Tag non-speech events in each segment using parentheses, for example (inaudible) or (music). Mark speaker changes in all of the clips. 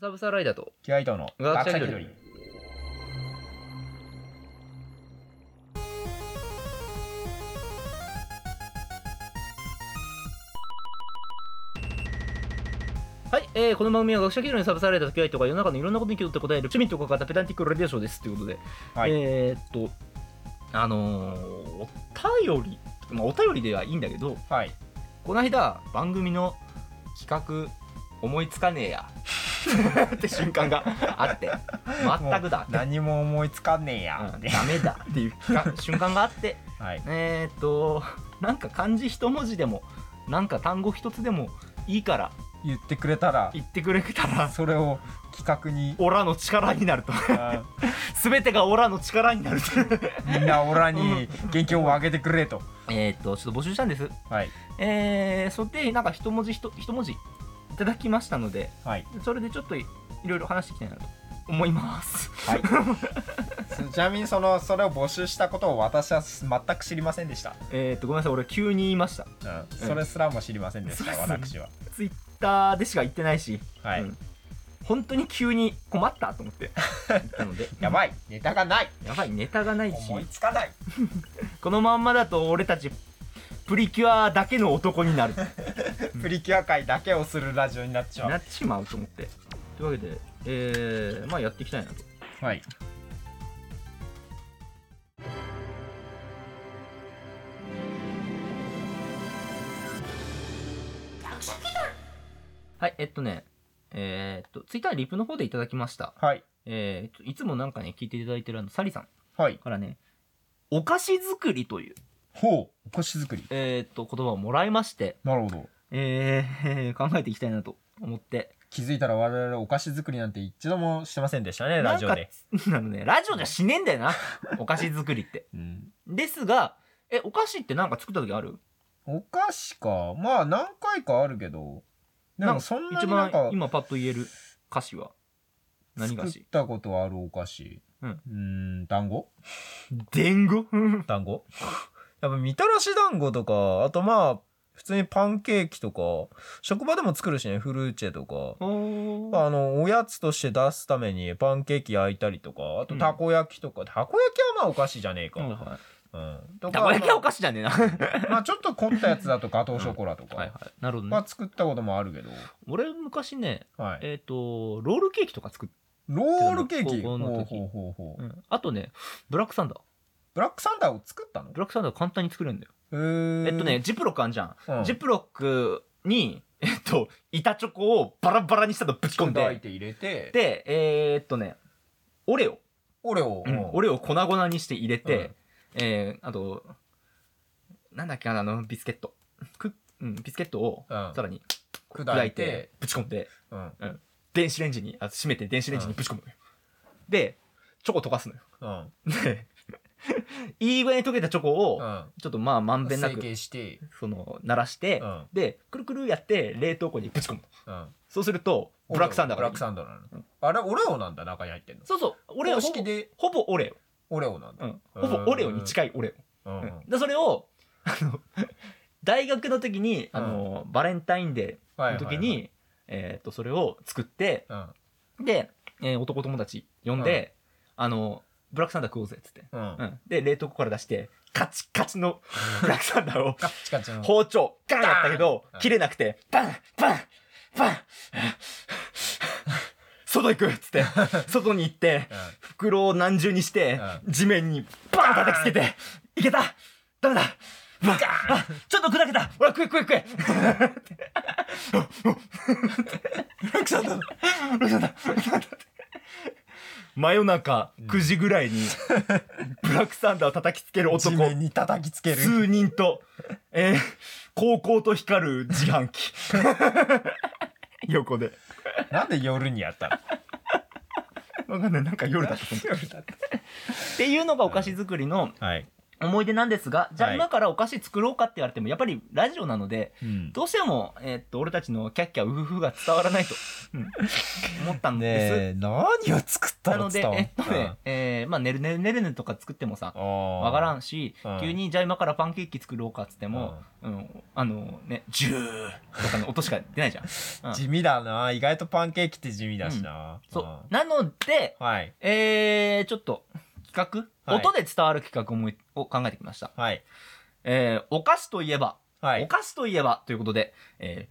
Speaker 1: サブサライダーと。
Speaker 2: キアイトの
Speaker 1: 学者気取りはい、えー、この番組は学者気取りにサブサライダーとキアイトが世の中のいろんなことに気取って答える趣味とか型ペダンティックラディオショーですということで、
Speaker 2: はい
Speaker 1: えー、っと、あのー、お便り、まあ、お便りではいいんだけど、
Speaker 2: はい
Speaker 1: この間番組の企画思いつかねえやって瞬間があって全くだ
Speaker 2: もう何も思いつかんねえや、
Speaker 1: うんダメだっていうか瞬間があって
Speaker 2: はい
Speaker 1: えーっとなんか漢字一文字でもなんか単語一つでもいいから
Speaker 2: 言ってくれたら
Speaker 1: 言ってくれたら
Speaker 2: それを企画に
Speaker 1: オラの力になると (laughs)
Speaker 2: あ
Speaker 1: 全てがオラの力になると
Speaker 2: みんなオラに元気を上げてくれと
Speaker 1: (laughs) えーっとちょっと募集したんです
Speaker 2: はい
Speaker 1: えー、それでなんか一文字一一文字いただきましたので
Speaker 2: はい
Speaker 1: それでちょっといいろいろ話していきたいなと思います
Speaker 2: はいちなみにそのそれを募集したことを私は全く知りませんでした、
Speaker 1: えーっとごめんなさい俺急に言いました
Speaker 2: うん、それすらも知りませんでした、
Speaker 1: そうです
Speaker 2: 私は
Speaker 1: ツイッターでしか言ってないし、
Speaker 2: はい、
Speaker 1: うん本当に急に困ったと思って言った (laughs) ので
Speaker 2: やばいネタがない
Speaker 1: やばいネタがないし
Speaker 2: 思いつかない
Speaker 1: このまんまだと俺たちプリキュアだけの男になる
Speaker 2: プリキュア界だけをするラジオになっちゃ
Speaker 1: な
Speaker 2: う
Speaker 1: っちまうと思ってというわけでえー、まあやっていきたいなと
Speaker 2: はい
Speaker 1: はいえっとねえーっとツイッターリプの方でいただきました
Speaker 2: はい
Speaker 1: えーっといつもなんかね聞いていただいてるあのサリさん
Speaker 2: はい
Speaker 1: からねお菓子作りという、
Speaker 2: ほうお菓子作り
Speaker 1: えーっと言葉をもらいまして、
Speaker 2: なるほど
Speaker 1: えー (laughs) 考えていきたいなと思って
Speaker 2: 気づいたら我々お菓子作りなんて一度もしてませんでしたねラジオで、
Speaker 1: なんかあのね、ラジオじゃしねえんだよな。お菓子作りって。
Speaker 2: うん、
Speaker 1: ですが、え、お菓子ってなんか作った時ある
Speaker 2: お菓子かまあ何回かあるけどで
Speaker 1: なん
Speaker 2: も
Speaker 1: か
Speaker 2: そんな
Speaker 1: 一
Speaker 2: になん
Speaker 1: 番
Speaker 2: か
Speaker 1: 今パッと言える菓子は。何菓
Speaker 2: 作っ
Speaker 1: 子
Speaker 2: たことあるお菓子
Speaker 1: うん
Speaker 2: ーん団子
Speaker 1: 伝
Speaker 2: (laughs)
Speaker 1: 語
Speaker 2: 団子やっぱみたらし団子とかあとまあ普通にパンケーキとか職場でも作るしねフルーチェとか
Speaker 1: お
Speaker 2: まあ
Speaker 1: ー
Speaker 2: あのおやつとして出すためにパンケーキ焼いたりとかあとたこ焼きとか、たこ焼きはまあお菓子じゃねえか、うんとか
Speaker 1: たこ焼きはお菓子じゃねえな。は
Speaker 2: まあちょっと凝ったやつだとガトーショコラとか、
Speaker 1: いはい。なるほど
Speaker 2: ま
Speaker 1: ね
Speaker 2: あ。作ったこともあるけど、
Speaker 1: 俺昔ね、
Speaker 2: はい、
Speaker 1: えっ、と、ロールケーキとか作っ
Speaker 2: ロールケーキ
Speaker 1: 高校
Speaker 2: ほ
Speaker 1: の
Speaker 2: う
Speaker 1: 時
Speaker 2: ほうほうほう、
Speaker 1: た、あとね、ブラックサンダー。
Speaker 2: ブラックサンダーを作ったの
Speaker 1: ブラックサンダー簡単に作れるんだよ。え
Speaker 2: え
Speaker 1: っとね、ジップロックあんじゃん。
Speaker 2: うん
Speaker 1: ジップロックに、えっと、板チョコをバラバラにしたのぶち込んで
Speaker 2: い、て入れて
Speaker 1: で、えーっとね、オレオ。
Speaker 2: オレオ、
Speaker 1: うんオレオを粉々にして入れ
Speaker 2: う
Speaker 1: て
Speaker 2: ん、
Speaker 1: えーあと、なんだっけ、あの、ビスケット。くうん、ビスケットを、
Speaker 2: うん
Speaker 1: さらに
Speaker 2: 砕いて
Speaker 1: 砕いて、ぶち込んで、
Speaker 2: うん
Speaker 1: 電子レンジに、あ閉めて電子レンジにぶち込むのよ。で、チョコ溶かすのよ。
Speaker 2: うん
Speaker 1: で、いい具合に溶けたチョコを、
Speaker 2: うん
Speaker 1: ちょっとまあ、まんべんな
Speaker 2: 成
Speaker 1: く、
Speaker 2: 形して
Speaker 1: その、鳴らして
Speaker 2: う、ん
Speaker 1: で、くるくるやって、冷凍庫にぶち込むの。
Speaker 2: うん
Speaker 1: そうすると、ブラックサンダー
Speaker 2: ブラ
Speaker 1: が
Speaker 2: ックサンダーなの、
Speaker 1: うん
Speaker 2: あれオレオなんだ中に入ってんの
Speaker 1: そうそう、オレオ
Speaker 2: 公
Speaker 1: ほぼ
Speaker 2: 式で
Speaker 1: ほぼオレオ。
Speaker 2: オレオなんだ、
Speaker 1: うん、ほぼオレオに近いオレ
Speaker 2: うん
Speaker 1: オ、
Speaker 2: う
Speaker 1: うんん、でそれをあの (laughs) 大学の時にあの、バレンタインデー
Speaker 2: はい
Speaker 1: の
Speaker 2: はいは
Speaker 1: 時
Speaker 2: い
Speaker 1: に、えーっとそれを作って
Speaker 2: うん
Speaker 1: で、えー男友達呼んで、あのブラックサンダー食おうぜっつって、
Speaker 2: うん
Speaker 1: うん、で冷凍庫から出してカチカチの (laughs) ブラックサンダーを
Speaker 2: カッチカチの
Speaker 1: 包丁ガンやったけど
Speaker 2: うん
Speaker 1: 切れなくてバンバンバン外行くっつ (laughs) って外に行って袋を何重にして、地面にバーン叩きつけて、いけたダメだうわあちょっと砕けたほら食え食え食え
Speaker 2: ブラックサンダー
Speaker 1: 真夜中9時ぐらいに、ブラックサンダーを叩きつける
Speaker 2: 地
Speaker 1: 男、
Speaker 2: 面に叩きつける
Speaker 1: 数人と、えー、高校と光る自販 (laughs) 機。横で。
Speaker 2: なんで夜にやったの
Speaker 1: わかんない、なんか (laughs) 夜だった。っていうのがお菓子作りの
Speaker 2: はい、
Speaker 1: 思い出なんですが、じゃあ
Speaker 2: はい
Speaker 1: 今からお菓子作ろうかって言われても、やっぱりラジオなので、
Speaker 2: うん
Speaker 1: どうしても、えーっと、俺たちのキャッキャウフフが伝わらないと思ったんです。
Speaker 2: ねえ何を作った
Speaker 1: な
Speaker 2: の
Speaker 1: ので、
Speaker 2: 伝わん
Speaker 1: えっとね、えーまあ、ねるねるねるねとか作ってもさ、わ
Speaker 2: わ
Speaker 1: からんし
Speaker 2: うん、
Speaker 1: 急にじゃあ今からパンケーキ作ろうかっつっても、うん、あのね、ジューとかの音しか出ないじゃん。うん
Speaker 2: 地味だな意外とパンケーキって地味だしな、
Speaker 1: そ
Speaker 2: ん
Speaker 1: う。なので、
Speaker 2: はい
Speaker 1: えー、ちょっと、企画、
Speaker 2: はい
Speaker 1: 音で伝わる企画を思いを考えてきました。
Speaker 2: はい
Speaker 1: えー、お菓子といえば、
Speaker 2: はい
Speaker 1: お菓子といえばということで、え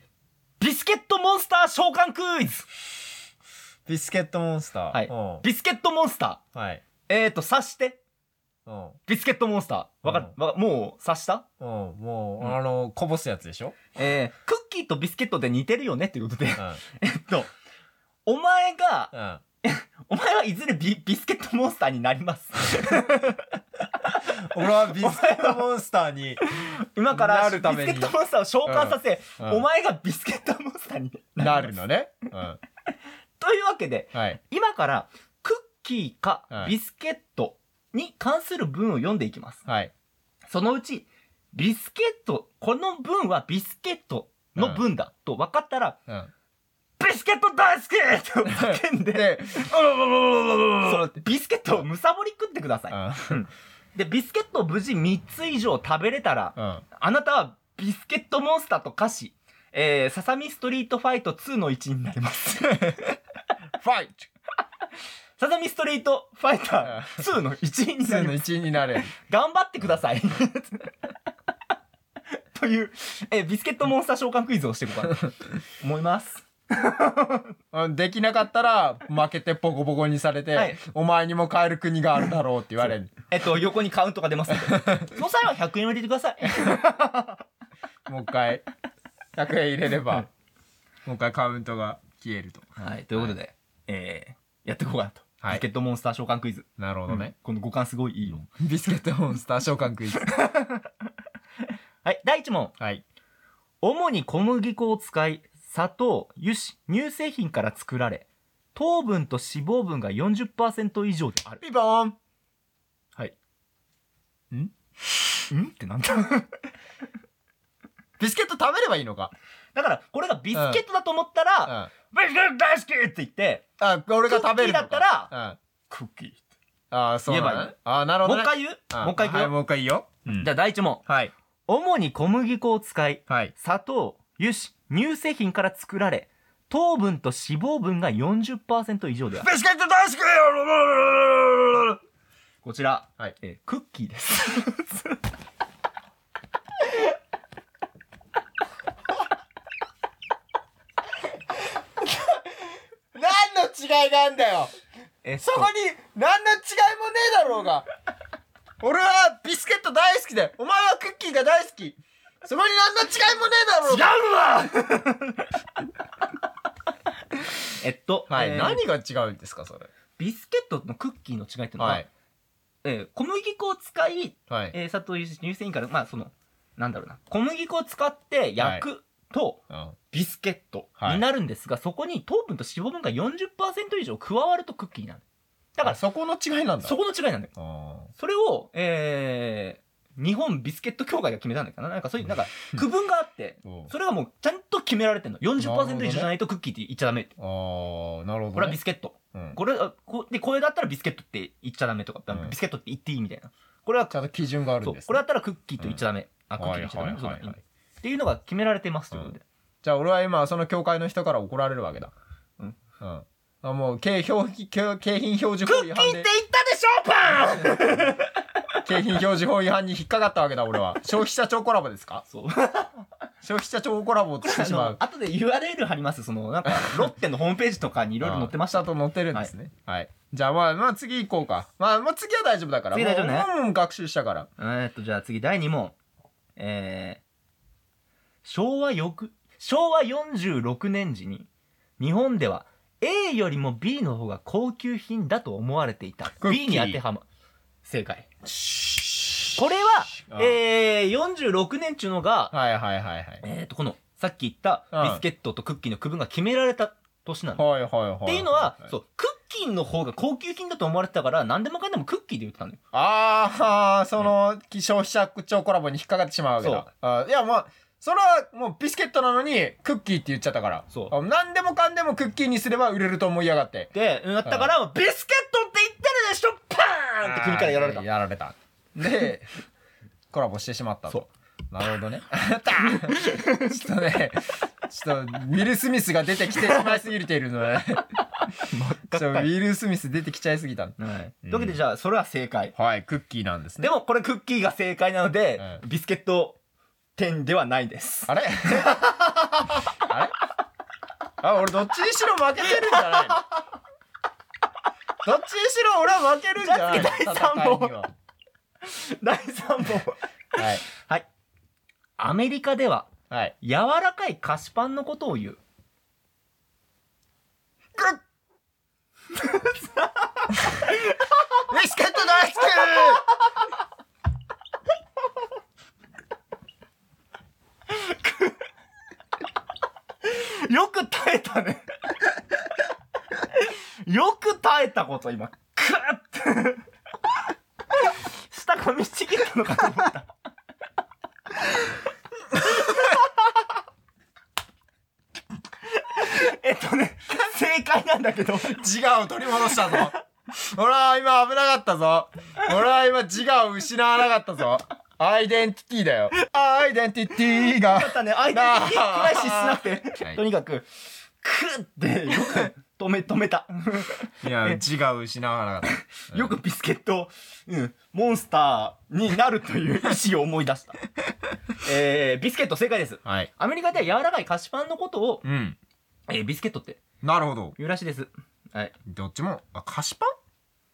Speaker 1: ー、ビスケットモンスター召喚クイズ
Speaker 2: ビスケットモンスター
Speaker 1: はい
Speaker 2: うん
Speaker 1: ビスケットモンスタ
Speaker 2: はい
Speaker 1: ー。えーと、察して。
Speaker 2: うん
Speaker 1: ビスケットモンスター。わかる、わかもう察した
Speaker 2: うんもう、
Speaker 1: うん
Speaker 2: あのこぼすやつでしょ、
Speaker 1: えー、クッキーとビスケットで似てるよねっていうことで、
Speaker 2: うん
Speaker 1: えっ (laughs) と、お前が、
Speaker 2: うん、
Speaker 1: お前はいずれビビスケットモンスターになります。
Speaker 2: (laughs) 俺はビスケットモンスターに
Speaker 1: 今から
Speaker 2: な
Speaker 1: ビス
Speaker 2: る
Speaker 1: ケ
Speaker 2: ために
Speaker 1: ットモンスターを召喚させ、
Speaker 2: うんうん
Speaker 1: お前がビスケットモンスターに
Speaker 2: な
Speaker 1: なり
Speaker 2: る
Speaker 1: ます
Speaker 2: のね、うん、
Speaker 1: というわけで、
Speaker 2: はい
Speaker 1: 今からクッキーか
Speaker 2: はい
Speaker 1: ビスケットに関する文を読んでいきます。
Speaker 2: はい
Speaker 1: そのうち、ビスケット、この文はビスケットの文だと分かったら、
Speaker 2: うん
Speaker 1: ビスケット大好きと叫 (laughs) んで、
Speaker 2: (laughs) で、あららららら
Speaker 1: そ
Speaker 2: ら
Speaker 1: のビスケットをむさぼり食ってください。で、ビスケットを無事3つ以上食べれたら、
Speaker 2: うん。うん。
Speaker 1: あなたはビスケットモンスターと歌詞、えー、ササミストリートファイト2の1になり
Speaker 2: (laughs)
Speaker 1: ます。
Speaker 2: ファイ
Speaker 1: ササミストリートファイター2の1
Speaker 2: ト
Speaker 1: にな
Speaker 2: 数
Speaker 1: りま
Speaker 2: の
Speaker 1: す。
Speaker 2: 一員になれる。
Speaker 1: 頑張ってください。 (laughs) という、えービスケットモンスター召喚クイズをしていこうかなと思います。
Speaker 2: うんできなかったら、負けてボコボコにされて、
Speaker 1: はい
Speaker 2: お前にも帰る国があるだろうって言われる。
Speaker 1: えっと、横にカウントが出 (laughs) ますので。その際は100円を入れてください。
Speaker 2: もう一回、100円入れれば、もう一回カウントが消えると。
Speaker 1: はい、ということで、えーやっていこうかなと。
Speaker 2: はい
Speaker 1: ビスケットモンスター召喚クイズ。
Speaker 2: なるほどね。
Speaker 1: この五感すごいいいよ。
Speaker 2: ビスケットモンスター召喚クイズ。
Speaker 1: はい、第1問。
Speaker 2: (laughs) はい。
Speaker 1: 主に小麦粉を使い、砂糖、油脂、乳製品から作られ、糖分と脂肪分が40%以上である。
Speaker 2: ピボーン
Speaker 1: はい。
Speaker 2: ん
Speaker 1: んってなんだだ
Speaker 2: ビスケット食べればいいのか
Speaker 1: から、これがビスケットだと思ったら、
Speaker 2: うん。あ、
Speaker 1: ビスケット大好きって言って、
Speaker 2: 俺が食べる
Speaker 1: クッキー
Speaker 2: のか。
Speaker 1: だった
Speaker 2: ら、うん。
Speaker 1: クッキーって。
Speaker 2: ああ、そうなのね
Speaker 1: 言えばいい
Speaker 2: ああ、なるほ
Speaker 1: も
Speaker 2: ど
Speaker 1: う
Speaker 2: ね。
Speaker 1: 一回言う
Speaker 2: うん
Speaker 1: もう一回行くよ
Speaker 2: はい、もう一回いいよ。うん
Speaker 1: じゃあ第一問。
Speaker 2: はい。
Speaker 1: 主に小麦粉を使い、
Speaker 2: はい。
Speaker 1: 砂糖、油脂、乳製品から作られ、糖分と脂肪分が40%以上である。
Speaker 2: ビスケット大好きよ
Speaker 1: こちら、
Speaker 2: はい
Speaker 1: えークッキーです。
Speaker 2: 何の違いがあんだよ
Speaker 1: えー
Speaker 2: そこに何の違いもねえだろうが俺はビスケット大好きでお前はクッキーが大好きそこに何の違いもねえだろう
Speaker 1: 違う
Speaker 2: が
Speaker 1: わ (laughs) えっと、
Speaker 2: はい、
Speaker 1: えー
Speaker 2: 何が違うんですかそれ
Speaker 1: ビスケットのクッキーの違いっていうのは、
Speaker 2: はい
Speaker 1: えー小麦粉を使い、
Speaker 2: はい、
Speaker 1: えー砂糖油脂乳製品からまあそのなんだろうな小麦粉を使って焼くと
Speaker 2: うん
Speaker 1: ビスケット
Speaker 2: はい
Speaker 1: になるんですが、そこに糖分と脂肪分が40%以上加わるとクッキーになるだから
Speaker 2: あそこの違いなんだ
Speaker 1: そこの違いなんだよ
Speaker 2: あ
Speaker 1: それを、えー日本ビスケット協会が決めたんだっけどなんかそういうなんか区分があって
Speaker 2: ー
Speaker 1: それがもうちゃんと決められてんの
Speaker 2: なるほど
Speaker 1: 40%以
Speaker 2: ね
Speaker 1: 上じゃないとクッキーって言っちゃダメって
Speaker 2: あーなるほど、ね、
Speaker 1: これはビスケット
Speaker 2: うん
Speaker 1: これあこでこれだったらビスケットって言っちゃダメとか、
Speaker 2: うん
Speaker 1: ビスケットって言っていいみたいなこれは
Speaker 2: ちゃんと基準がある
Speaker 1: そ
Speaker 2: ん
Speaker 1: う
Speaker 2: です
Speaker 1: これだったらクッキーと言っちゃダメ、あクッキー
Speaker 2: は
Speaker 1: と
Speaker 2: い
Speaker 1: 言っちゃ
Speaker 2: は
Speaker 1: ダ
Speaker 2: い
Speaker 1: メ、そ
Speaker 2: はい
Speaker 1: うだ
Speaker 2: はい、
Speaker 1: うんっていうのが決められてますということで、
Speaker 2: じゃあ俺は今その教会の人から怒られるわけだ
Speaker 1: うん、
Speaker 2: うん、あもう景表記景景品表示
Speaker 1: クッ
Speaker 2: 法
Speaker 1: キー
Speaker 2: 違
Speaker 1: って
Speaker 2: 反
Speaker 1: 言っ
Speaker 2: で
Speaker 1: たでしょパン
Speaker 2: 景品表示法違反に引っかかったわけだ俺は消費者庁コラボですか
Speaker 1: そう
Speaker 2: 消費者庁コラボをして
Speaker 1: あ
Speaker 2: しま
Speaker 1: の
Speaker 2: う
Speaker 1: 後で URL 貼りますそのなん
Speaker 2: (laughs)
Speaker 1: かロッテのホームページとかにい
Speaker 2: い
Speaker 1: ろいろ載ってましたたと
Speaker 2: と載ってるんですねはい、じゃあまあまあ次行こうかまあまあ次は大丈夫だから
Speaker 1: 次大丈夫ね
Speaker 2: もうもう学習したから
Speaker 1: えーっとじゃあ次第2問えー、昭和よく昭和46年時に日本では A よりも B の方が高級品だと思われていた
Speaker 2: クッキー
Speaker 1: B に当てはま正解
Speaker 2: こ
Speaker 1: これは
Speaker 2: あ、
Speaker 1: えー、46年っちゅうのが
Speaker 2: はいはいはいはい
Speaker 1: えー、とこのさっき言った
Speaker 2: うん
Speaker 1: ビスケットとクッキーの区分が決められた年なんだ、
Speaker 2: はいはいはい
Speaker 1: っていうのは、
Speaker 2: い
Speaker 1: そうクッキーの方が高級品だと思われてたから何でもかんでもクッキーで言ってたんだよ
Speaker 2: ああその消費者庁コラボに引っかかってしまうわけだあーいやまあそれはもうビスケットなのにクッキーって言っちゃったから。
Speaker 1: そう
Speaker 2: あ何でもかんでもクッキーにすれば売れると思いやがって。
Speaker 1: で、うん、やったから、ビスケットって言ってるでしょパーンって首からやられた
Speaker 2: あー。やられた。
Speaker 1: (laughs)
Speaker 2: で、コラボしてしまったと。なるほどね。 (laughs) やったーちょっとね、ちょっと、ウィル・スミスが出てきてしまいすぎているの
Speaker 1: (laughs)
Speaker 2: で、ちょウィル・スミス出てきちゃいすぎた。
Speaker 1: はい。というわけで、じゃあ、それは正解。
Speaker 2: はい、クッキーなんですね
Speaker 1: で。も、これクッキーが正解なので、
Speaker 2: う
Speaker 1: ビスケット店ではないです。
Speaker 2: あれ (laughs) あれあ、俺どっちにしろ負けてるんじ
Speaker 1: (laughs)
Speaker 2: ゃないのどっちにしろ俺は負けるんじゃないの
Speaker 1: じゃあ次第三問
Speaker 2: 戦いには
Speaker 1: 第3問。
Speaker 2: はい。
Speaker 1: アメリカでは、
Speaker 2: はい。
Speaker 1: 柔らかい菓子パンのことを言う。
Speaker 2: ク (laughs) ッビスケット大好
Speaker 1: (laughs) よく耐えたね。 (laughs) よく耐えたこと、今。クッって。 (laughs) 下噛みちぎったのかと思った。 (laughs) えっとね、正解なんだけど。
Speaker 2: き自我を取り戻したぞ俺は今危なかったぞ俺は今自我を失わなかったぞアイデンティティだよアイデンティティが
Speaker 1: だったね、アイデンティティクライシスなくて、
Speaker 2: はい
Speaker 1: とにかく、クッってよく止め、止めた。
Speaker 2: いや自我を失わなかった
Speaker 1: よくビスケットを、うん、モンスターになるという意思を思い出
Speaker 2: (laughs)
Speaker 1: した。えー、ビスケット正解です。
Speaker 2: はい
Speaker 1: アメリカでは柔らかい菓子パンのことを、
Speaker 2: うん
Speaker 1: えー、ビスケットって
Speaker 2: なるほど
Speaker 1: 言うらしいです。はい。
Speaker 2: どっちもあ菓子パン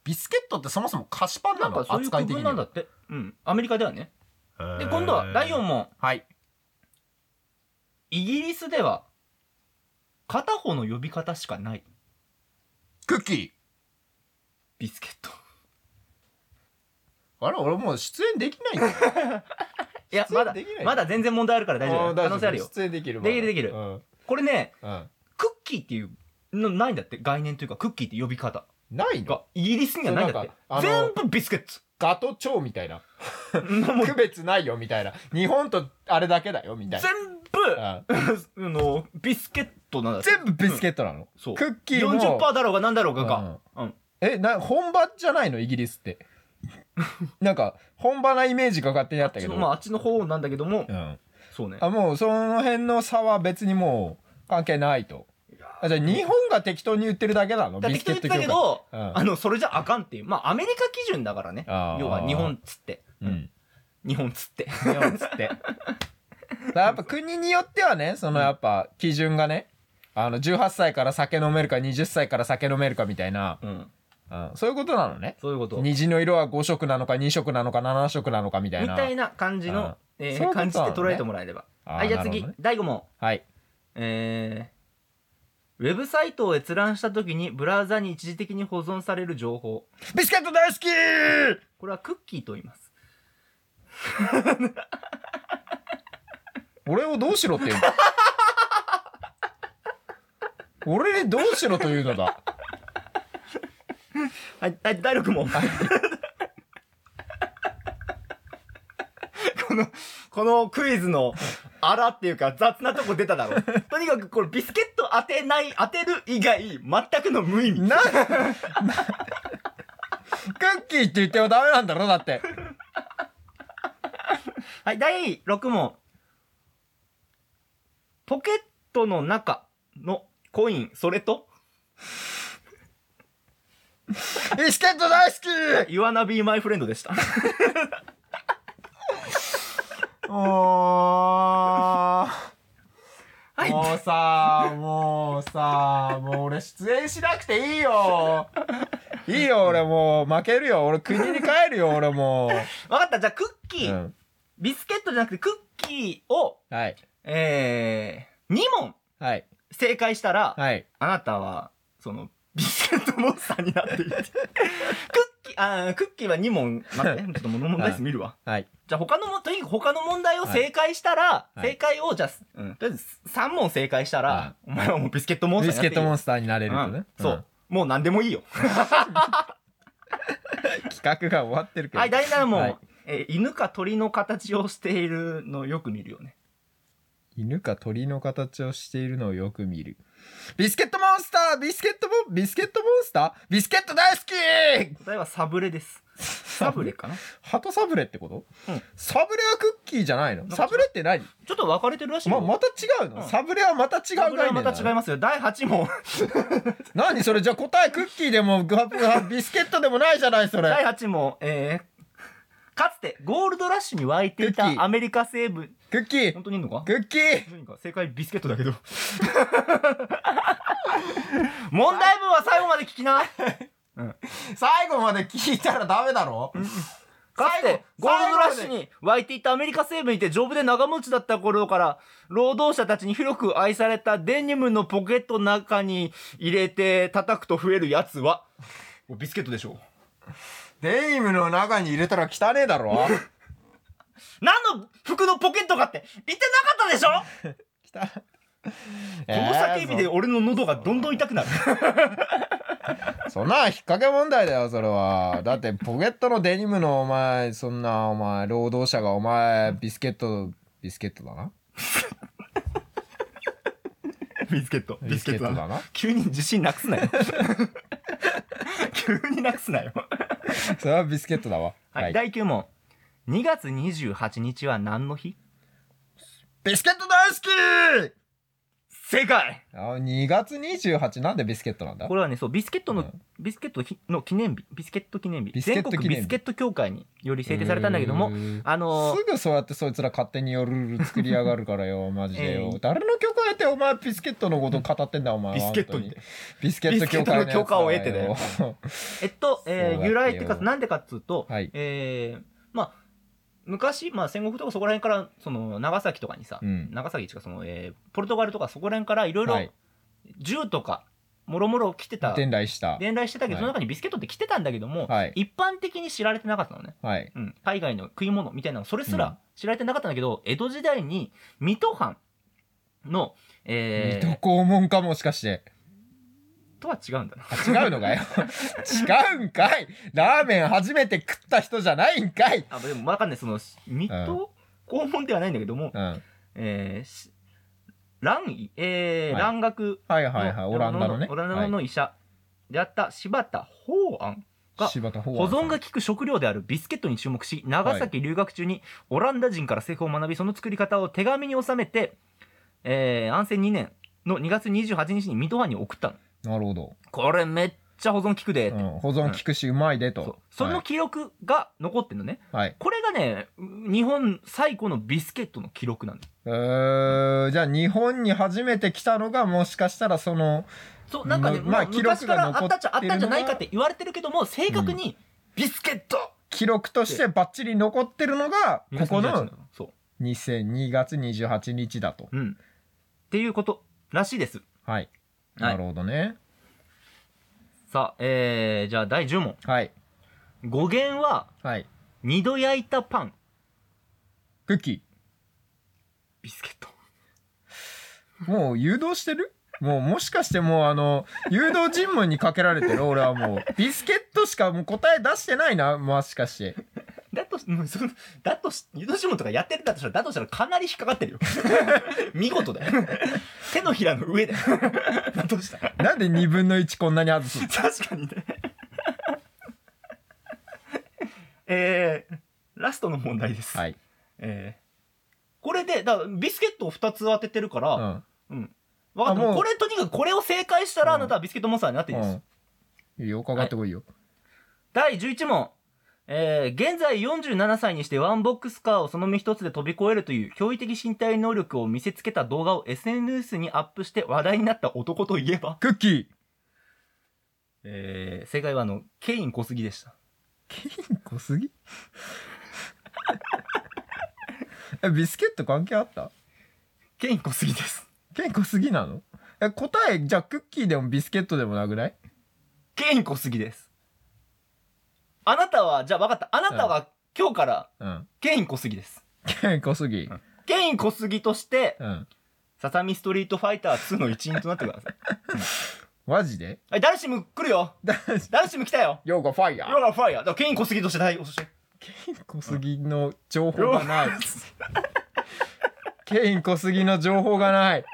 Speaker 2: ビスケットってそもそも菓子パン
Speaker 1: な
Speaker 2: なんの
Speaker 1: かそういう
Speaker 2: 扱
Speaker 1: 区
Speaker 2: い的
Speaker 1: 分
Speaker 2: に
Speaker 1: な
Speaker 2: は
Speaker 1: んだって。うん。アメリカではね。で、
Speaker 2: へー
Speaker 1: 今度は第4問。
Speaker 2: はい
Speaker 1: イギリスでは、片方の呼び方しかない。
Speaker 2: クッキー
Speaker 1: ビスケ
Speaker 2: (laughs)
Speaker 1: ット。
Speaker 2: あれ俺もう出演できないんだよ
Speaker 1: いや、まだ
Speaker 2: 普通できない、
Speaker 1: まだ全然問題あるから大丈
Speaker 2: あー
Speaker 1: 夫。可能性あるよ。
Speaker 2: 出演できる
Speaker 1: できるできる
Speaker 2: うん
Speaker 1: これね、
Speaker 2: うん
Speaker 1: クッキーっていうのないんだって。概念というか、クッキーって呼び方
Speaker 2: ないの
Speaker 1: が、イギリスにはないんだって。
Speaker 2: それなんかあの
Speaker 1: 全部ビスケット。
Speaker 2: ガトチョウみたいな
Speaker 1: もう
Speaker 2: 区別ないよみたいな日本とあれだけだよみたいな
Speaker 1: 全部、あの、ビスケットなんだって。
Speaker 2: 全部ビスケットなの、
Speaker 1: そう
Speaker 2: クッキーも
Speaker 1: 40%だろうが何だろうがが。うん。
Speaker 2: えな本場じゃないのイギリスって (laughs) なんか本場なイメージが勝手にあったけ
Speaker 1: そ
Speaker 2: ど
Speaker 1: のまあ、あっちの方なんだけども、
Speaker 2: うん、
Speaker 1: そうね。
Speaker 2: あもうその辺の差は別にもう関係ないとあじゃあ日本が適当に言ってるだけなの
Speaker 1: だ
Speaker 2: ビ
Speaker 1: 適当
Speaker 2: ス
Speaker 1: に
Speaker 2: ケッ
Speaker 1: 言って
Speaker 2: ト
Speaker 1: たけど、
Speaker 2: 業界うん
Speaker 1: あの、それじゃあかんっていう。まあ、アメリカ基準だからね。
Speaker 2: あー
Speaker 1: 要は、日本っつって。
Speaker 2: うん
Speaker 1: 日本っつって。
Speaker 2: 日本っつってだからやっぱ国によってはねそのやっぱ基準がねあの18歳から酒飲めるか20歳から酒飲めるかみたいな、
Speaker 1: うん。
Speaker 2: うん、そういうことなのね
Speaker 1: そういうこと。み
Speaker 2: 虹の色は5色なのか2色なのか7色なのかみたいな
Speaker 1: たいな感じ
Speaker 2: うん
Speaker 1: の、え
Speaker 2: そ
Speaker 1: ー
Speaker 2: ういうこ
Speaker 1: 感
Speaker 2: となのね
Speaker 1: じで捉えてもらえれば。
Speaker 2: あー
Speaker 1: はい、じゃあ
Speaker 2: なるほ
Speaker 1: 次
Speaker 2: どね、
Speaker 1: 第5問。
Speaker 2: はい
Speaker 1: えー、ウェブサイトを閲覧した時にブラウザに一時的に保存される情報
Speaker 2: ビスケット大好き
Speaker 1: これはクッキーと言います
Speaker 2: 俺をどうしろって言うの俺にどうしろというのだ
Speaker 1: はい、はい、第6問 (laughs) このこのクイズのあらっていうか雑なとこ出ただろ (laughs) とにかくこれビスケット当てない当てる以外全くの無意味
Speaker 2: なクッキーって言ってもダメなんだろだって
Speaker 1: はい第6問ポケットの中のコインそれと
Speaker 2: ビスケット大好き
Speaker 1: You wanna be my friend で (laughs) した
Speaker 2: (laughs) おー
Speaker 1: はい
Speaker 2: もうさもうさもう俺出演しなくていい (laughs) よいいよ俺もう負けるよ俺国に帰るよ俺も
Speaker 1: わかった。じゃあ、クッ
Speaker 2: う、
Speaker 1: キ
Speaker 2: う
Speaker 1: ー、
Speaker 2: ん、
Speaker 1: ビスケットじゃなくてクッキーを、
Speaker 2: はい
Speaker 1: えー、2問
Speaker 2: はい
Speaker 1: 正解したら、
Speaker 2: はい
Speaker 1: あなたは、その、ビスケットモンスターになっていて。クッキー、あークッキーは2問、待って、ちょっともう問題数見るわ。
Speaker 2: はい
Speaker 1: じゃあ、他のも、とにかく他の問題を正解したら、
Speaker 2: はい
Speaker 1: 正解を、じゃあ、うんとりあえず3問正解したら、
Speaker 2: は
Speaker 1: お前はもうビスケットモンスタ
Speaker 2: ビ
Speaker 1: ーにな
Speaker 2: スケ
Speaker 1: っ
Speaker 2: ッ
Speaker 1: てい
Speaker 2: ト
Speaker 1: い
Speaker 2: モ
Speaker 1: よ
Speaker 2: ンスターになれるとね、
Speaker 1: うんそう。もう何でもいいよ。
Speaker 2: うん企画が終わってるけど
Speaker 1: はい、第7問。
Speaker 2: はい
Speaker 1: えー犬か鳥の形をしているのをよく見るよね。
Speaker 2: 犬か鳥の形をしているのをよく見る。ビスケットモンスタービスケットモン、ビスケットモンスタービスケット大好き
Speaker 1: 答えはサブレですサブレか
Speaker 2: (laughs)
Speaker 1: な
Speaker 2: 鳩サブレってこと、
Speaker 1: うん
Speaker 2: サブレはクッキーじゃないのサブレって何
Speaker 1: ちょっと分かれてるらしい
Speaker 2: ま、
Speaker 1: よ、
Speaker 2: また違うの、
Speaker 1: うん
Speaker 2: サブレはまた違う
Speaker 1: サ
Speaker 2: 概
Speaker 1: ブ
Speaker 2: 念
Speaker 1: レ
Speaker 2: な
Speaker 1: は
Speaker 2: の
Speaker 1: また違いますよ第8問
Speaker 2: 何それじゃあ答えクッキーでもグハグハビスケットでもないじゃないそ
Speaker 1: 第
Speaker 2: れ
Speaker 1: 8問えー、かつてゴールドラッシュに沸いてい
Speaker 2: クッキ
Speaker 1: た
Speaker 2: ー
Speaker 1: アメリカ西部
Speaker 2: クッキー
Speaker 1: 本当にいんのか
Speaker 2: クッキー
Speaker 1: 何か正解ビスケットだけど問題文は最後まで聞きな
Speaker 2: 最後まで聞いたらダメだろ
Speaker 1: かつてゴールドラッシュに湧いていたアメリカ西部にて丈夫で長持ちだった頃から労働者たちに広く愛されたデニムのポケットの中に入れて叩くと増えるやつはビスケットでしょ
Speaker 2: デニムの中に入れたら汚ねえ
Speaker 1: (laughs)
Speaker 2: だろ
Speaker 1: 何の服のポケットかって言ってなかったでしょ
Speaker 2: 汚
Speaker 1: この叫びで
Speaker 2: えー
Speaker 1: 俺の喉がどんどん痛くなる (laughs)
Speaker 2: そそんな引っ掛け問題だよそれはだってポケットのデニムのお前そんなお前労働者がお前ビスケットビスケットだな
Speaker 1: ビスケットビスケットだ
Speaker 2: ビスケット
Speaker 1: な
Speaker 2: だな
Speaker 1: 急に自信なくすなよ (laughs) 急になくすなよ
Speaker 2: それはビスケットだわ
Speaker 1: はい、第9問2月28日は何の日
Speaker 2: ビスケット大好き
Speaker 1: 正解
Speaker 2: あ2月28なんでビスケットなんだ
Speaker 1: これはねそうビスケットの、
Speaker 2: うん
Speaker 1: ビスケットひの記念日ビスケット記念日
Speaker 2: ビスケッ
Speaker 1: 全
Speaker 2: ト
Speaker 1: 国
Speaker 2: 記念日
Speaker 1: ビスケット協会により制定されたんだけども
Speaker 2: うーん
Speaker 1: あのー
Speaker 2: すぐそうやってそいつら勝手によるルール作りやがるか
Speaker 1: (laughs)
Speaker 2: らよマジでよ、
Speaker 1: ええ
Speaker 2: 誰の許可得てお前ビスケットのこと語ってんだお前
Speaker 1: (laughs) ビスケットに
Speaker 2: 本当ビスケット協会のやつら
Speaker 1: ビ
Speaker 2: よ
Speaker 1: スケットの許可を得てだよえっと、え
Speaker 2: そう
Speaker 1: ー
Speaker 2: だってよ
Speaker 1: 由来ってかなんでかっつうと、
Speaker 2: はい
Speaker 1: えーまあ昔、まあ、戦国とかそこら辺からその長崎とかにさ、
Speaker 2: うん
Speaker 1: 長崎っていうかその、えーポルトガルとかそこら辺からいろいろ
Speaker 2: はい
Speaker 1: 銃とかもろもろ来てた
Speaker 2: 伝来した
Speaker 1: 伝来してたけど、
Speaker 2: はい
Speaker 1: その中にビスケットって来てたんだけども、
Speaker 2: はい
Speaker 1: 一般的に知られてなかったのね、
Speaker 2: はい
Speaker 1: うん、海外の食い物みたいなのそれす
Speaker 2: うん
Speaker 1: ら知られてなかったんだけど、江戸時代に水戸藩の、え
Speaker 2: 水
Speaker 1: ー、
Speaker 2: 戸黄門かもしかして
Speaker 1: とは違うんだな
Speaker 2: あ違うのかよ (laughs) 違うんかいラーメン初めて食った人じゃないんかい
Speaker 1: あでもわかんないその水戸黄門ではないんだけども、
Speaker 2: うんはい
Speaker 1: えーし蘭医えー
Speaker 2: はい
Speaker 1: 蘭学
Speaker 2: はい
Speaker 1: の
Speaker 2: はいオランダのね
Speaker 1: オランダの医者であった柴田法安
Speaker 2: は
Speaker 1: が
Speaker 2: い柴田
Speaker 1: 保
Speaker 2: 保
Speaker 1: 存が効く食料であるビスケットに注目し長崎留学中にオランダ人から製法を学びその作り方を手紙に収めて、えー安政2年の2月28日に水戸藩に送ったの
Speaker 2: なるほど、
Speaker 1: これめっちゃ保存効くで、
Speaker 2: うん、保存効くしうまいでと、
Speaker 1: そうその記録が残ってんのね、
Speaker 2: はい、はい
Speaker 1: これがねう日本最古のビスケットの記録なんだ
Speaker 2: えーじゃあ日本に初めて来たのがもしかしたらその
Speaker 1: そうなんかね、
Speaker 2: ま
Speaker 1: まあ、
Speaker 2: まあ記録が
Speaker 1: 昔からあったんじゃあっ
Speaker 2: 残ってるのが
Speaker 1: たんじゃないかって言われてるけども正確にビスケット、
Speaker 2: 記録としてバッチリ残ってるのがここの
Speaker 1: そう
Speaker 2: 2002月28日だと
Speaker 1: うんっていうことらしいです
Speaker 2: はい、
Speaker 1: はい
Speaker 2: なるほどね
Speaker 1: さあ、えー、じゃあ第10問。
Speaker 2: はい
Speaker 1: 語源は、
Speaker 2: はい
Speaker 1: 二度焼いたパン、
Speaker 2: クッキ
Speaker 1: ビスケット。
Speaker 2: ーもう誘導してるもうもしかしてもうあの誘導尋問にかけられてる俺はもうビスケットしかもう答え出してないなもしかして
Speaker 1: だとし、うんそのだとし、二度指紋とかやってるんだとしたら、だとしたらかなり引っかか (laughs) ってるよ。見事だよ。手のひらの上だよ。だとしたら。
Speaker 2: なんで2分の1こんなに外すの
Speaker 1: 確かにね。 (laughs) えー、ラストの問題です。
Speaker 2: はい、
Speaker 1: えー、これで、だからビスケットを2つ当ててるか
Speaker 2: う
Speaker 1: ら、
Speaker 2: ん
Speaker 1: うん。分かった。
Speaker 2: あもう
Speaker 1: もうこれ、とにかくこれを正解したら、
Speaker 2: うん
Speaker 1: あなたはビスケットモンスターになっていいです。
Speaker 2: うん、いいよかかってこいよ、
Speaker 1: 第11問、えー現在47歳にしてワンボックスカーをその身一つで飛び越えるという驚異的身体能力を見せつけた動画を SNS にアップして話題になった男といえば、
Speaker 2: クッキー
Speaker 1: えー正解はあのケイン小杉でした
Speaker 2: ケイン小杉えビスケット関係あった
Speaker 1: ケイン小杉です
Speaker 2: ケイン小杉なのえ答えじゃあクッキーでもビスケットでもなくない
Speaker 1: ケイン小杉ですあなたはじゃあ分かったあなたは今日から
Speaker 2: うん
Speaker 1: ケイン小杉です
Speaker 2: ケイン小杉
Speaker 1: んケイン小杉として
Speaker 2: うん
Speaker 1: ササミストリートファイター2の一員となってください
Speaker 2: マジで (laughs)
Speaker 1: はいダルシム来るよ
Speaker 2: だ
Speaker 1: ダルシム来たよ
Speaker 2: ヨーゴファイヤ
Speaker 1: ヨ
Speaker 2: ー
Speaker 1: ガファイヤーだからケイン小杉として対応して
Speaker 2: ケイン小杉の情報がない (laughs) ケイン小杉の情報がない。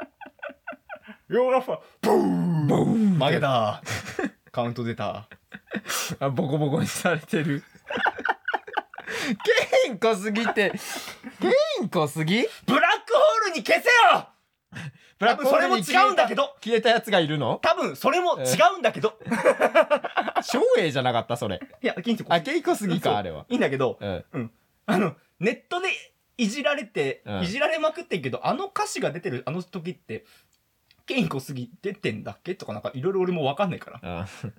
Speaker 1: ヨーロッパブーン
Speaker 2: ボーン
Speaker 1: 負け。た (laughs) カウント出た
Speaker 2: あボコボコにされてる。ケイン小杉って、ケイン小杉
Speaker 1: ブラックホールに消せよ
Speaker 2: ブ
Speaker 1: ラックホールに消えた
Speaker 2: 消えたやつがいるの
Speaker 1: 多分それも違うんだけど、
Speaker 2: 照英じゃなかったそれ。
Speaker 1: (laughs) いやケインちょ
Speaker 2: あ、ケイン小杉
Speaker 1: そう
Speaker 2: か、あれは。
Speaker 1: いいんだけど
Speaker 2: うん。
Speaker 1: うんあのネットでいじられて、
Speaker 2: うん
Speaker 1: いじられまくってるけどあの歌詞が出てるあの時ってケイン小杉出てんだっけとかなんかいろいろ俺もわかんないから
Speaker 2: うん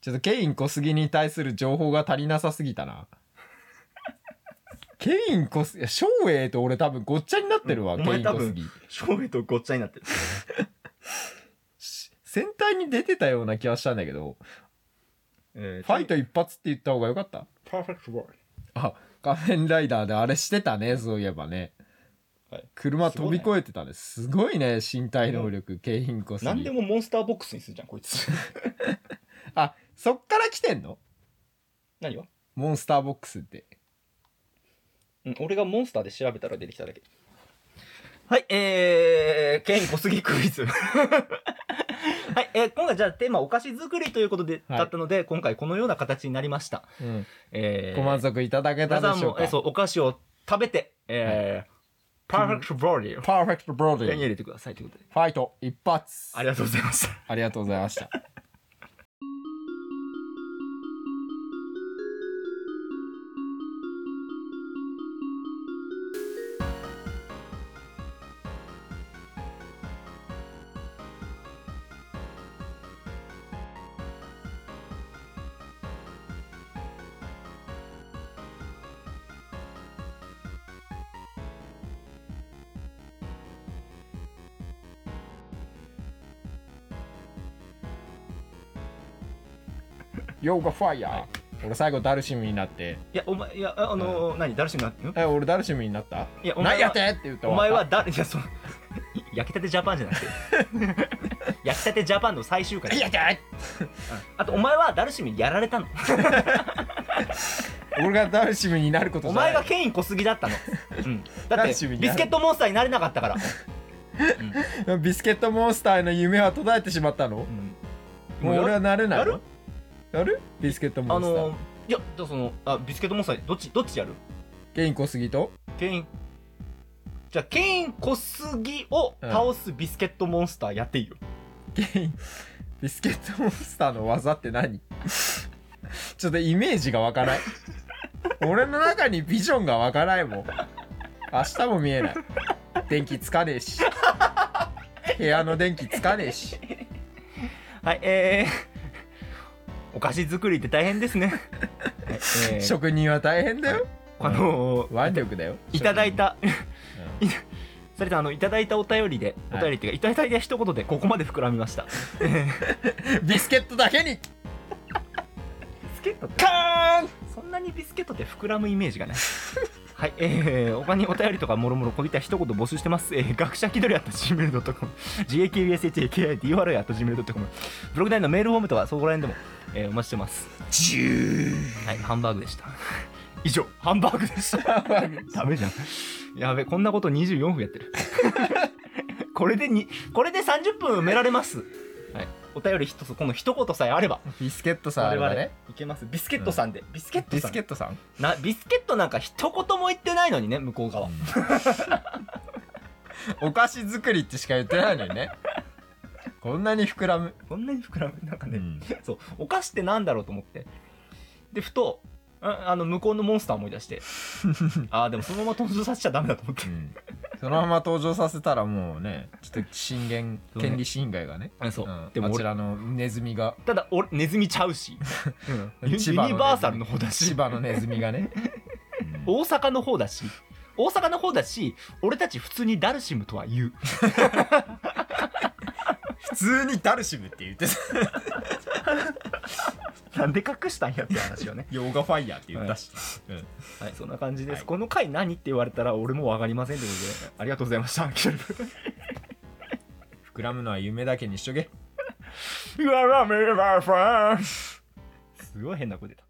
Speaker 2: ちょっとケイン小杉に対する情報が足りなさすぎたな。ケイン小杉、照英と俺多分ごっちゃになってるわ、
Speaker 1: うんお
Speaker 2: ケイ
Speaker 1: 前
Speaker 2: ン
Speaker 1: 多
Speaker 2: 小
Speaker 1: 分
Speaker 2: 杉。
Speaker 1: 照明とごっちゃになってる
Speaker 2: 戦隊に出てたような気はしたんだけど、
Speaker 1: えー
Speaker 2: ファイト一発って言った方が良かった。
Speaker 1: パーフェクトボール
Speaker 2: あ、仮面ライダーであれしてたね、そういえばね。
Speaker 1: はい
Speaker 2: 車飛び越えてたね。すごいね、身体能力、ケインコス
Speaker 1: 何でもモンスターボックスにするじゃんこいつ (laughs)
Speaker 2: あ、そっから来てんの
Speaker 1: 何が、
Speaker 2: モンスターボックスって。
Speaker 1: うん、俺がモンスターで調べたら出てきただけはいえー、ケイン小杉ク (laughs) イズはい、えー今回じゃあテーマお菓子作りということで、
Speaker 2: はい
Speaker 1: だったので今回このような形になりました、
Speaker 2: うん。
Speaker 1: えー
Speaker 2: ご満足いただけた
Speaker 1: 皆さ
Speaker 2: で
Speaker 1: ん
Speaker 2: しょう
Speaker 1: も
Speaker 2: か。
Speaker 1: えそうお菓子を食べて、えーパーフェクトボディを
Speaker 2: パーフェクトブロー
Speaker 1: 手に
Speaker 2: ディー。
Speaker 1: 入れてくださいということで
Speaker 2: ファイト一発。
Speaker 1: ありがとうご (laughs) ざいました
Speaker 2: ありがとうございました。ヨーガファイヤー。俺最後ダルシムになって。
Speaker 1: いやお前いやああのー何誰しもなってんの
Speaker 2: え、俺ダルシムになった
Speaker 1: いやお前は
Speaker 2: 何やってって言った
Speaker 1: お前は誰いやその (laughs) 焼きたてジャパンじゃなくて (laughs) 焼きたてジャパンの最終回
Speaker 2: 何やって
Speaker 1: あとお前はダルシムにやられたの
Speaker 2: 俺がダルシムになること
Speaker 1: お
Speaker 2: じゃない
Speaker 1: 前がケイン小杉だ
Speaker 2: (laughs)
Speaker 1: ったの、うん、だ
Speaker 2: ダ
Speaker 1: っ
Speaker 2: ル
Speaker 1: て
Speaker 2: シムに
Speaker 1: ビ
Speaker 2: やら
Speaker 1: ス
Speaker 2: れ
Speaker 1: ケットモンスターになれなかったから、
Speaker 2: ビスケットモンスターへの夢は途絶えてしまったの
Speaker 1: うん、
Speaker 2: もう俺はなれない
Speaker 1: や
Speaker 2: の
Speaker 1: る
Speaker 2: やるビスケットモ
Speaker 1: あ
Speaker 2: ンスター、
Speaker 1: のーいやだからそのあビスケットモンスターどっちどっちやる
Speaker 2: ケイン小杉と
Speaker 1: ケインじゃあケイン小杉を倒すビスケットモンスターやっていいよ、
Speaker 2: ケイン (laughs) ビスケットモンスターの技って何 (laughs) ちょっとイメージがわかない俺の中にビジョンがわかないもん明日も見えない電気つかね
Speaker 1: (laughs)
Speaker 2: えし部屋の電気つかねえし
Speaker 1: はいえー、 (laughs) お菓子作りって大変ですね、はいえ
Speaker 2: (laughs)
Speaker 1: ー
Speaker 2: 職人は大変だよ
Speaker 1: あのー
Speaker 2: 腕力だよ
Speaker 1: いただいた、
Speaker 2: う
Speaker 1: (laughs) それではあのいただいたお便りでお
Speaker 2: はい
Speaker 1: 便りっていうか、い、ただいた一言でここまで膨らみました
Speaker 2: ビスケットだけに
Speaker 1: ビスケットって
Speaker 2: カーン
Speaker 1: そんなにビスケットって膨らむイメージがない (laughs) はいえー、他にお便りとかもろもろこういった一言募集してます、えー、学者気取りあった gmail.com gakbshakidora あった gmail.com ブログ内のメールフォームとかそこら辺でも、えーお待ちしてます
Speaker 2: ジュー
Speaker 1: はいハンバーグでした (laughs) 以上ハンバーグでした (laughs) ダメじゃんやべこんなこと24分やってる (laughs) これでにこれで30分埋められます、はい、お便り一つこの一言さえあれば
Speaker 2: (laughs) ビスケットさんあれ
Speaker 1: 我
Speaker 2: だ
Speaker 1: 々
Speaker 2: ね
Speaker 1: いけますビスケットさんで、ビスケット
Speaker 2: ビ
Speaker 1: さ
Speaker 2: ス
Speaker 1: ん
Speaker 2: ケットさん
Speaker 1: なビスケットなんか一言も言ってないのにね向こう側、
Speaker 2: (laughs) お菓子作りってしか言ってないのにねこんなに膨らむ、
Speaker 1: こんなに膨らむなんかね、 (laughs) そうお菓子ってなんだろうと思ってでふとああの向こうのモンスター思い出して (laughs) ああでもそのまま登場させちゃダメだと思って
Speaker 2: うんそのまま登場させたらもうねちょっと侵限
Speaker 1: そうね
Speaker 2: 権利侵害がね
Speaker 1: あそう、
Speaker 2: ん
Speaker 1: でも
Speaker 2: あち
Speaker 1: 俺
Speaker 2: らのネズミが
Speaker 1: ただ俺ネズミちゃうし、ユニ
Speaker 2: 千葉のネズミ
Speaker 1: バーサルの方だし
Speaker 2: 千葉のネズミがね、うん
Speaker 1: 大阪の方だし大阪の方だし俺たち普通にダルシムとは言う
Speaker 2: (laughs) 普通にダルシムって言って
Speaker 1: (laughs)
Speaker 2: た
Speaker 1: なんで隠したんやって話をね
Speaker 2: ヨガファイヤーってし、うん
Speaker 1: (laughs) はいそんな感じです、
Speaker 2: はい
Speaker 1: この回何って言われたら俺も分かりませんということでありがとうございましたキャルブ
Speaker 2: 膨らむのは夢だけにしとけ
Speaker 1: You are my friend すごい変な声出た